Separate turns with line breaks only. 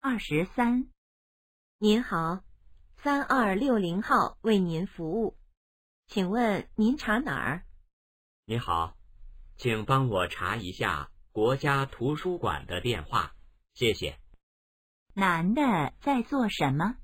二十三。
您好，三二六零号为您服务，请问您查哪儿？
你好，请帮我查一下国家图书馆的电话，谢谢。
男的在做什么？